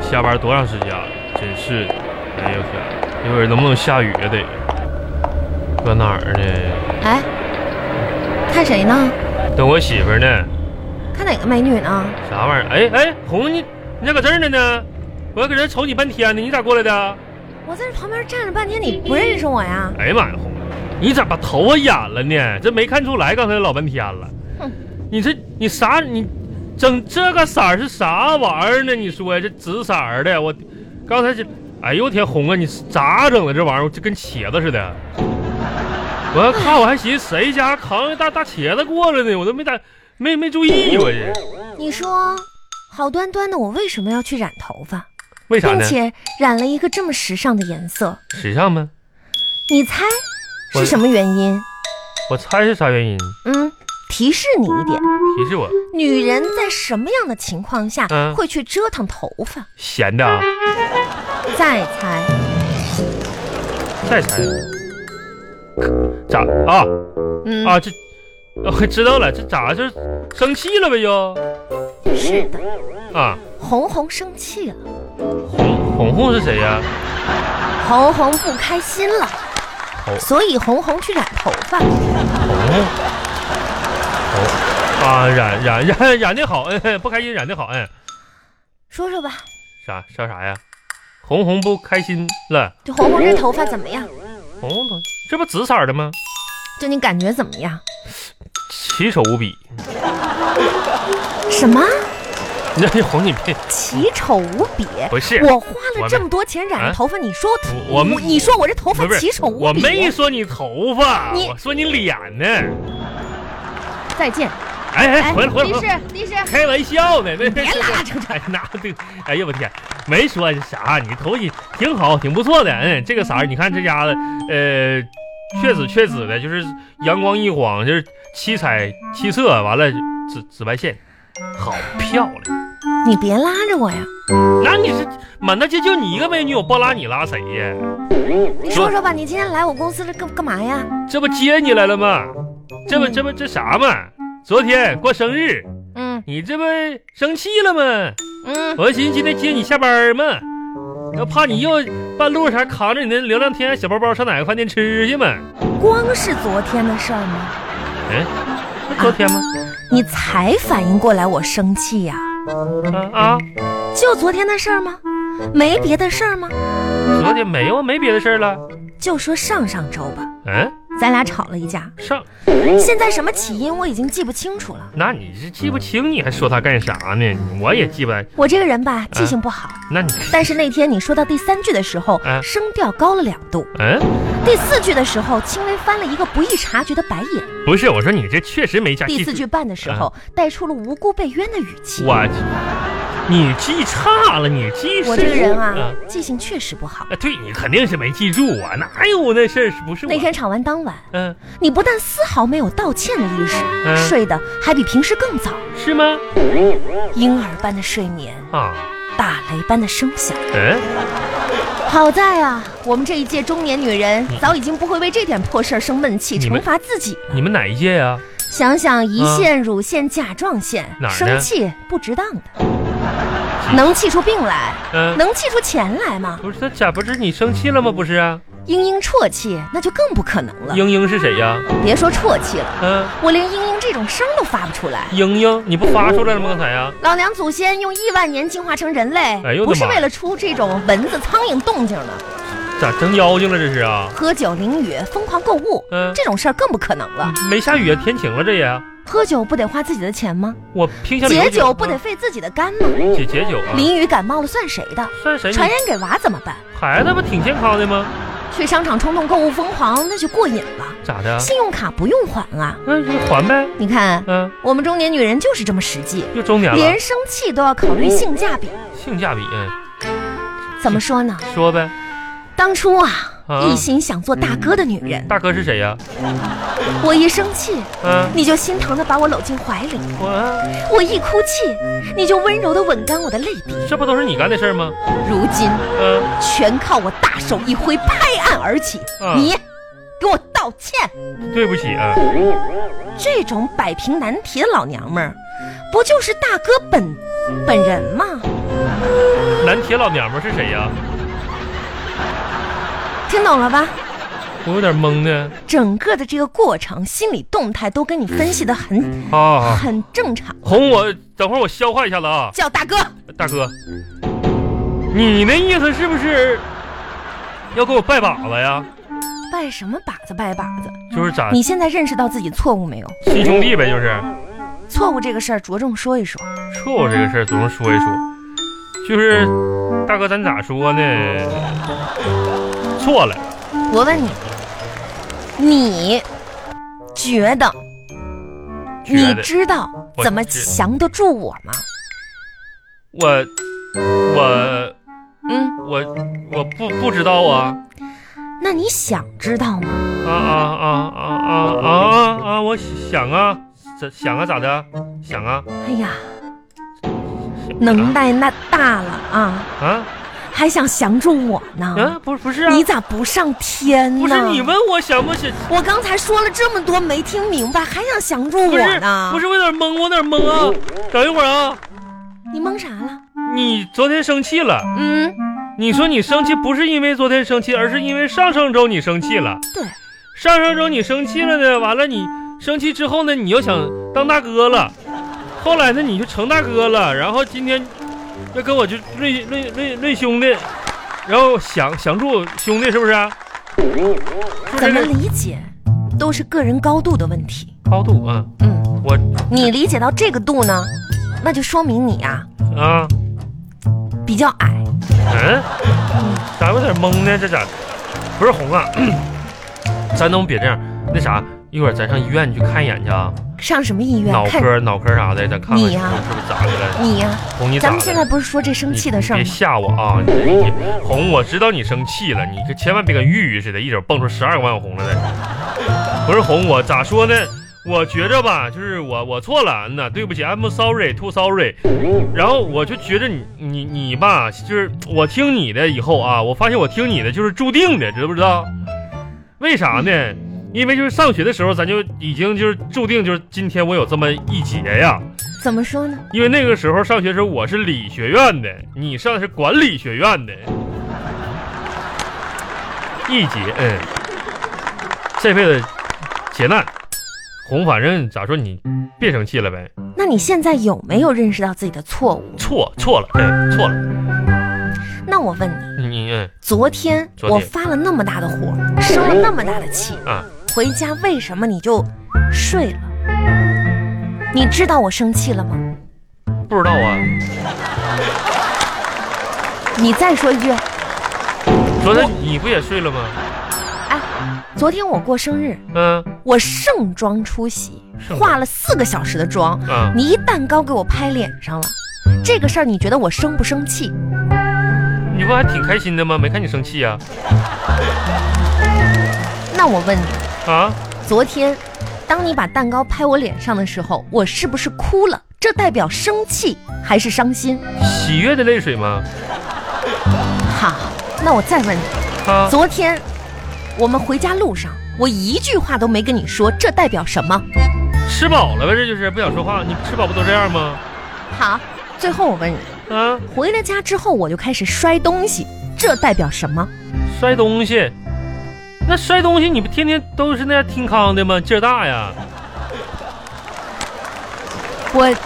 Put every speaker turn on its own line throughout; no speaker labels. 下班多长时间了？真是的，哎呦我天，一会儿能不能下雨啊？得搁哪儿呢？
哎，看谁呢？
等我媳妇儿呢？
看哪个美女呢？
啥玩意儿？哎哎，红你你咋搁这儿呢呢？我搁这儿瞅你半天呢，你咋过来的？
我在这旁边站着半天，你不认识我呀？
哎呀妈呀，红，你咋把头发染了呢？这没看出来，刚才老半天了。
哼
你这你啥你整这个色儿是啥玩意儿呢？你说呀，这紫色儿的，我刚才这，哎呦我天，红啊，你咋整的这玩意儿？就跟茄子似的。我要看我还寻思谁家扛个大大茄子过来呢，我都没咋没没注意啊我这，
你说，好端端的我为什么要去染头发，
为啥
并
呢？
且染了一个这么时尚的颜色？
时尚吗？
你猜
我
是什么原因？
我猜是啥原因？
嗯，提示你一点，
提示我，
女人在什么样的情况下
嗯
会去折腾头发？
闲的啊，
再猜，
再猜。咋啊
嗯，
啊这，我、知道了，这咋就生气了呗又
是的，
啊？
红红生气了，
红红红是谁呀、
红红不开心了
哦，
所以红红去染头发。
红红，红啊，染染染 染的好，嗯，不开心染的好，嗯，
说说吧，
啥说啥呀？红红不开心了，
就红红这头发怎么样？
红红头这不紫色儿的吗？
就你感觉怎么样？
奇丑无比。
什么
你这红你别
奇丑无比？
不是
我花
我
了
没
这么多钱染
啊
的头发，你说
我我
你说我这头发
不是
奇丑无
我
比？啊
没说你头发，
你
我说你脸呢。
再见，
哎哎，回来回来回来，
士，律师，
开玩笑呢，别
别拉扯
哎，那对，哎呀我天，没说啥，你头也挺好，挺不错的。嗯，这个色儿，你看这家的，呃，确紫确紫的，就是阳光一晃，就是七彩七色，完了紫紫外线，好漂亮。
你别拉着我呀！
那你是满大街就你一个美女，我不拉你拉谁呀？
你说说吧，你今天来我公司来干干嘛呀？
这不接你来了吗？这不这不这啥嘛？昨天过生日，
嗯
你这不生气了吗？
嗯，
我寻思今天接你下班儿嘛，要怕你又半路上扛着你那流浪天小包包上哪个饭店吃去嘛？
光是昨天的事儿吗？
嗯，那昨天吗？
你才反应过来我生气呀、
啊啊，
就昨天的事儿吗？没别的事儿吗？
昨天没有，没别的事儿了。
就说上上周吧，
嗯，
咱俩吵了一架，
上，
现在什么起因我已经记不清楚了。
那你是记不清，你还说他干啥呢？我也记不来。
我这个人吧，记性不好，
那你，
但是那天你说到第三句的时候，
嗯
声调高了两度；
嗯，
第四句的时候，轻微翻了一个不易察觉的白眼；
不是，我说你这确实没假。
第
记
四
住
句半的时
啊
候，带出了无辜被冤的语气。
我，你记差了，你记
我这个人啊
啊，，
记性确实不好。
啊对你肯定是没记住啊，哪有那事儿？是不是我
那天吵完当晚，
嗯，
你不但丝毫没有道歉的意识，
嗯
睡得还比平时更早，
是吗？
婴儿般的睡眠，
啊，
打雷般的声响。
嗯。
好在啊，我们这一届中年女人早已经不会为这点破事儿生闷气，
嗯你们
惩罚自己。
你们哪一届啊呀、
想想胰腺、乳腺、甲状腺
啊哪，儿呢
生气不值当的，能气出病来，
嗯、
能气出钱来吗？
不是，他咋不是你生气了
嗯
吗？不是啊，
嘤嘤啜泣那就更不可能了。
英英是谁呀、
别说啜泣了，
嗯、
我连嘤嘤这种声都发不出来。
英英，你不发出来了吗？刚才啊呀、
老娘祖先用亿万年进化成人类，
哎呦我的妈
不是为了出这种蚊子、苍蝇动静的。
咋成妖精了？这是啊，
喝酒、淋雨、疯狂购物，
嗯、
这种事儿更不可能了。
没下雨啊，天晴了这也。
喝酒不得花自己的钱吗？
我冰箱里有
解酒不得
啊
费自己的肝吗？
解解酒啊？
淋雨感冒了算谁的？
算谁？
传染给娃怎么办？
你孩子不挺健康的吗？
去商场冲动购物疯狂，那就过瘾了。
咋的？啊
信用卡不用还啊！
那、就还呗。
你看，
嗯、
我们中年女人就是这么实际，
又中年了
连，生气都要考虑性价比。
性价比，嗯，
怎么说呢？
说呗。
当初啊，
啊
一心想做大哥的女人，
大哥是谁呀、
我一生气，
嗯、
你就心疼的把我搂进怀里；
我、啊
我一哭泣，你就温柔的吻干我的泪滴。
这不都是你干的事儿吗？
如今
嗯、
全靠我大手一挥，拍案而起。
啊
你给我道歉！
对不起啊，
这种摆平难题的老娘们儿，不就是大哥本本人吗？
蓝铁老娘们儿是谁呀、
听懂了吧？
我有点懵呢。
整个的这个过程，心理动态都跟你分析的很
啊，
很正常。
哄我，等会儿我消化一下子啊，
叫大哥，
大哥，你那意思是不是要给我拜把子呀？
拜什么把子拜把子？
就是咋
你现在认识到自己错误没有？
亲兄弟呗，就是。
错误这个事儿着重说一说。
错误这个事儿，总是说一说，就是大哥，咱咋说呢？错了，
我问你，你觉得
觉
你
得
知道
我
怎么
知
降得住我吗？
我我
嗯，
我我不不知道啊
那你想知道吗？
啊啊啊啊啊啊啊啊！我想啊，咋想啊咋的？想啊，
哎呀，能耐那大了啊，
啊
还想降住我呢？
啊？不是不是啊，
你咋不上天呢？
不是你问
嗯
我想不想？
我刚才说了这么多没听明白，还想降住
不
我
是
呢？
不是，我有点懵，我有点懵啊！等一会儿啊，
你蒙啥了？
你昨天生气了。
嗯，
你说你生气不是因为昨天生气，而是因为上上周你生气了。
对，
上上周你生气了呢，完了你生气之后呢，你又想当大哥了，后来呢你就成大哥了，然后今天要跟我就论论论论兄弟，然后想想住兄弟是不是、啊？是不
怎
是
么
这
理解，都是个人高度的问题。
高度啊？
嗯，
我
你理解到这个度呢，那就说明你啊
啊
比较矮。
嗯，咋有点懵呢？这咋不是红啊？ 咱能别这样，那啥，一会儿咱上医院你去看一眼去啊。
上什么医院
脑
看？
科、脑科啥的，咱看看
你呀
是不是咋的了？
你呀、
哄你咋
咱们
的了？
现在不是说这生气的事儿
别
吗？
吓我啊！你你哄我知道你生气了，你可千万别跟玉玉似的，一手蹦出十二个万红来的。不是哄我，咋说呢？我觉着吧，就是我我错了，嗯呐，对不起，I'm sorry, too sorry。然后我就觉着你你你吧，就是我听你的以后啊，我发现我听你的就是注定的，知不知道？为啥呢？因为就是上学的时候，咱就已经就是注定就是今天我有这么一劫呀、
怎么说呢？
因为那个时候上学时候我是理学院的，你上的是管理学院的，一劫，嗯，这辈子劫难。红，反正咋说你别生气了呗，
那你现在有没有认识到自己的错误？
错错了，嗯，错了，
那我问你，
你嗯
昨天
昨天
我发了那么大的火，生了那么大的气，
啊，
回家为什么你就睡了？你知道我生气了吗？
不知道啊，
你再说一句，
昨天你不也睡了吗？
哎昨天我过生日，
嗯
我盛装出席，
盛装
化了四个小时的妆，
啊，
你一蛋糕给我拍脸上了，这个事儿你觉得我生不生气？
你不还挺开心的吗？没看你生气啊呀、
那我问你，
啊？啊，
昨天当你把蛋糕拍我脸上的时候，我是不是哭了？这代表生气还是伤心？
喜悦的泪水吗？
好，那我再问你，
啊，
昨天我们回家路上，我一句话都没跟你说，这代表什么？
吃饱了呗，这就是不想说话。你吃饱不都这样吗？
好，最后我问你，
啊，
回了家之后我就开始摔东西，这代表什么？
摔东西，那摔东西你不天天都是那样听康的吗？劲儿大呀！
我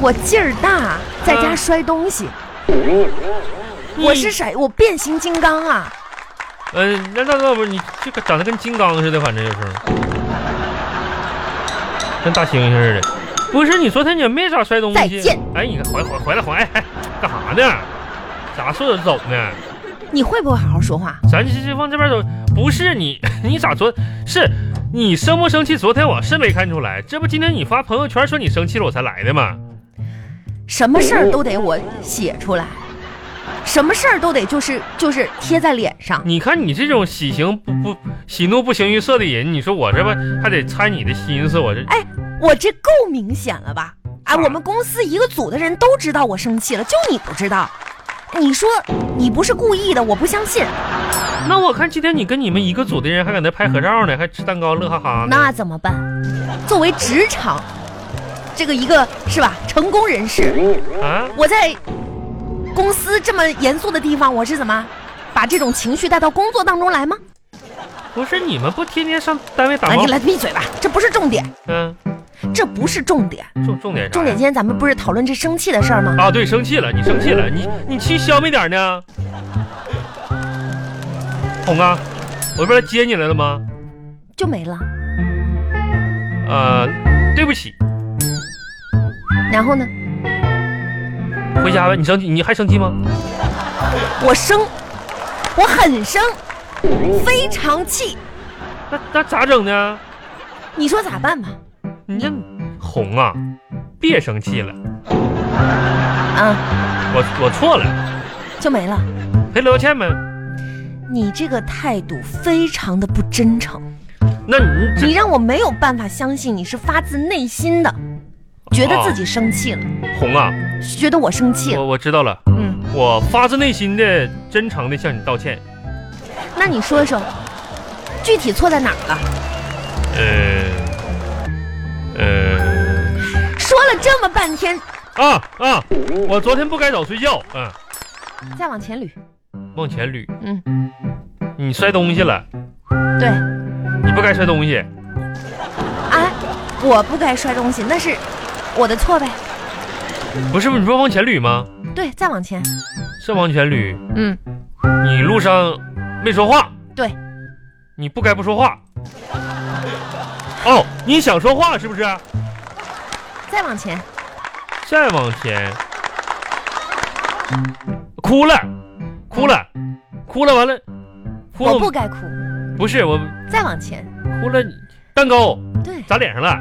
我劲儿大，在家
嗯
摔东西，
你
我是谁？我变形金刚啊！
嗯、那那那不是你这个长得跟金刚似的，反正有时候跟大猩猩似的。不是你昨天你也没咋摔东西。
再见
哎，你看回回回来回来，哎，干啥呢？咋顺着走呢？
你会不会好好说话？
咱这这往这边走，不是你， 你咋昨是你生不生气？昨天我是没看出来，这不今天你发朋友圈说你生气了，我才来的吗？
什么事儿都得我写出来，什么事儿都得就是就是贴在脸上。
你看你这种喜形不不喜怒不形于色的人，你说我这不还得猜你的心思？我这
哎，我这够明显了吧？哎，
啊
我们公司一个组的人都知道我生气了，就你不知道。你说你不是故意的，我不相信。
那我看今天你跟你们一个组的人还搁那拍合照呢，还吃蛋糕乐哈哈呢。
那怎么办？作为职场这个一个是吧成功人士，
啊，
我在公司这么严肃的地方，我是怎么把这种情绪带到工作当中来吗？
不是你们不天天上单位打
来，
包
你？来闭嘴吧，这不是重点，
嗯，
这不是重点。
重重点啥呀？
重点今天咱们不是讨论这生气的事儿吗？
啊，对，生气了，你生气了，你你气消没点儿呢？红啊，我这不是来接你来了吗？
就没了。
呃，对不起，
然后呢，
回家吧。你生气，你还生气吗？
我生，我很生，非常气。
那那咋整呢？
你说咋办吧？
你这红啊，别生气了，
啊，
我我错了，
就没了。
赔礼道歉呗。
你这个态度非常的不真诚，
那你这
你让我没有办法相信你是发自内心的，觉得自己生气了，
啊红啊，
觉得我生气了。
我我知道了，
嗯，
我发自内心的、真诚的向你道歉。
那你说说，具体错在哪儿了？
呃，呃，
说了这么半天，
啊啊，我昨天不该早睡觉，嗯、
再往前捋。
往前捋，
嗯，
你摔东西了，
对，
你不该摔东西，
啊，我不该摔东西，那是我的错呗。
不是你说往前捋吗？
对，再往前。
是往前捋，
嗯，
你路上没说话，
对，
你不该不说话。哦，你想说话是不是？
再往前。
再往前，哭了，哭了，哭了，完了，哭了，
我不该哭。
不是我
再往前，
哭了，蛋糕
对
砸脸上了，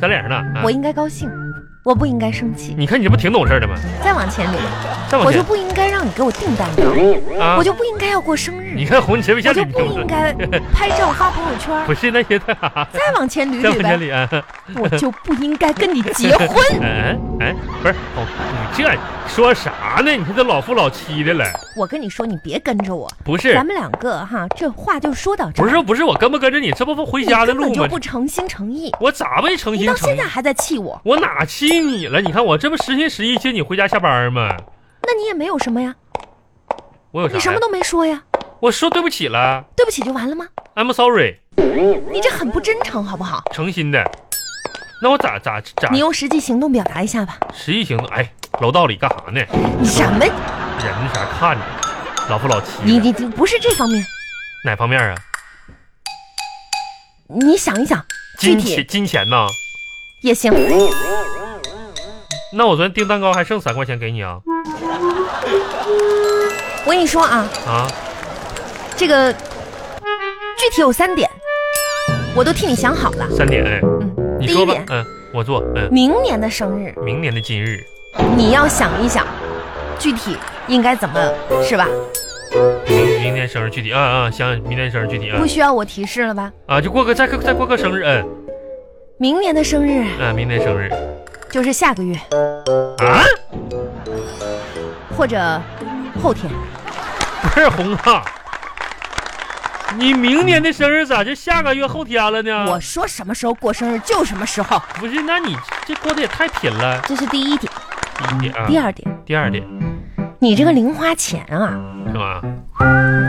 砸脸上了。啊嗯
我应该高兴，我不应该生气。
你看你这不挺懂事儿的吗？
再往前捋，
再往
我就
前
不应该让你给我订蛋糕，
啊
我，就不应该要过生
你
日，
看红，你前
我
面像
就
你
不
懂
应
事，
该拍照发朋友 圈。
不是那些的，哈哈
再往前捋
再
捋
往前
呗，
捋啊。
我就不应该跟你结 婚。
哎哎，不是，哦，你这说啥呢？你看这老夫老妻的了，
我跟你说，你别跟着我，
不是
咱们两个哈，这话就说到这儿。
不是不是，我跟不跟着你，这不不回
你
家的
根本
路
就
吗？
不诚心诚意，
我咋没诚
你
心
到
诚
现
意
在？还在气我，
我哪气你了？你看我这不实心实意接你回家下班吗？
那你也没有什么呀，
我有啥呀？
你什么都没说呀，
我说对不起了
对不起就完了吗？
，I'm sorry，
你这很不真诚，好不好？
诚心的。那我咋咋咋
你用实际行动表达一下吧。
实意行动？哎，楼道里干啥呢？
你什么？
人那啥看着，老夫老妻的。
你你你不是这方面，
哪方面啊？
你想一想，具
金
体
钱金钱呐？
也行。
那我昨天订蛋糕还剩三块钱给你啊
我跟你说啊，
啊！
这个具体有三点，我都替你想好了。
三点，哎，
嗯，
你
第一
说吧
点，，
嗯，我做，嗯，
明年的生日
明年的今日，
你要想一想，具体应该怎么，是吧？
明明天生日具体，啊啊，行，明天生日具体啊
不需要我提示了吧？
啊，就过个再过再过个生日，嗯
明年的生日
嗯，明天生日
就是下个月
啊，
或者后天，
不是红啊，你明年的生日咋就下个月后天了呢？
我说什么时候过生日就什么时候，
不是，那你这过得也太贫了。
这是第一点。
第一点
嗯
啊，
第二点，
第二点
你这个零花钱啊，
是吧？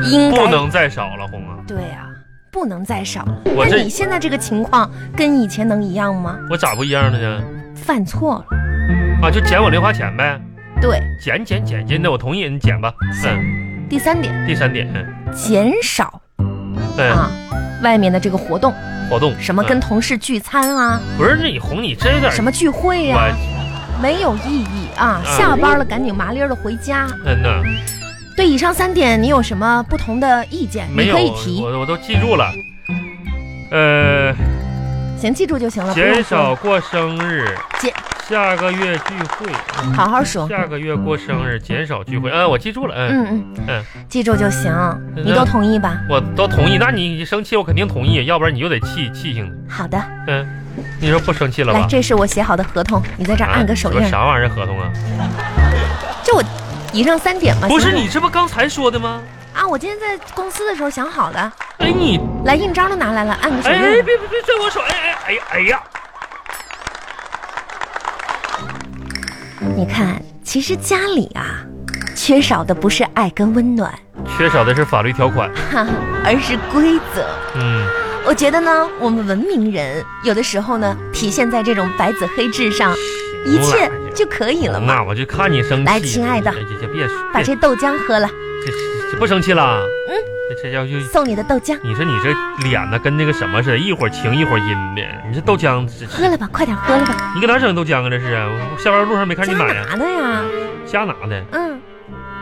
应
不
该
能再少了，红啊，
对啊，不能再少了。
我
那
这
你现在这个情况跟以前能一样吗？
我咋不一样了呢？
犯错了，
啊，就减我零花钱呗，
对，
减减减减的，我同意，你减吧。嗯，
行。第三点，
第三点，嗯
减少
嗯，
啊外面的这个活动，
活动
什么
嗯
跟同事聚餐啊，
不是，那你红你这点
什么聚会呀、啊，
我
没有意义啊。
嗯
下班了赶紧麻利儿的回家。
嗯呐，
对以上三点，你有什么不同的意见？
没
你
有，
可以提，
我我都记住了。呃，
行，记住就行了，不用
减
说
少过生日，
减
下个月聚会，
了，好好说。
下个月过生日减少聚会。嗯，我记住了，嗯，
嗯嗯
嗯，
记住就行，你都同意吧？
我都同意。那你生气，我肯定同意，要不然你又得气气性的。
好的，
嗯，你说不生气了
来，
吧？
这是我写好的合同，你在这儿按个手
啊
印
什么
儿。
啥玩意儿合同啊？
就我以上三点嘛。
不是
啊行吗
你这不刚才说的吗？
啊，我今天在公司的时候想好的，
哎你
来印章都拿来了，按个手
哎
印
哎
儿。
别别别拽我手！哎哎哎呀哎呀！哎
你看，其实家里啊，缺少的不是爱跟温暖，
缺少的是法律条款。
哈哈，而是规则。
嗯，
我觉得呢，我们文明人有的时候呢，体现在这种白纸黑字上，一切就可以了嘛。
那我就看你生气。
来
哎
亲爱的
这这这别
把这豆浆喝了，
这这这不生气了。嗯，这这要就
送你的豆浆，
你说你这脸呢，跟那个什么似的，一会儿晴一会儿阴的。你这豆浆，这
喝了吧，快点喝了吧。
你搁哪整豆浆啊？这是啊，我下班路上没看你
家
买啊呀？
拿的呀，
瞎拿的，
嗯，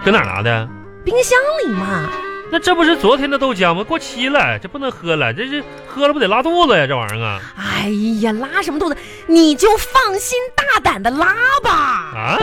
搁哪拿的？
冰箱里嘛。
那这不是昨天的豆浆吗？过期了，这不能喝了，这是喝了不得拉肚子呀？这玩意儿啊
哎呀，拉什么肚子？你就放心大胆的拉吧。
啊！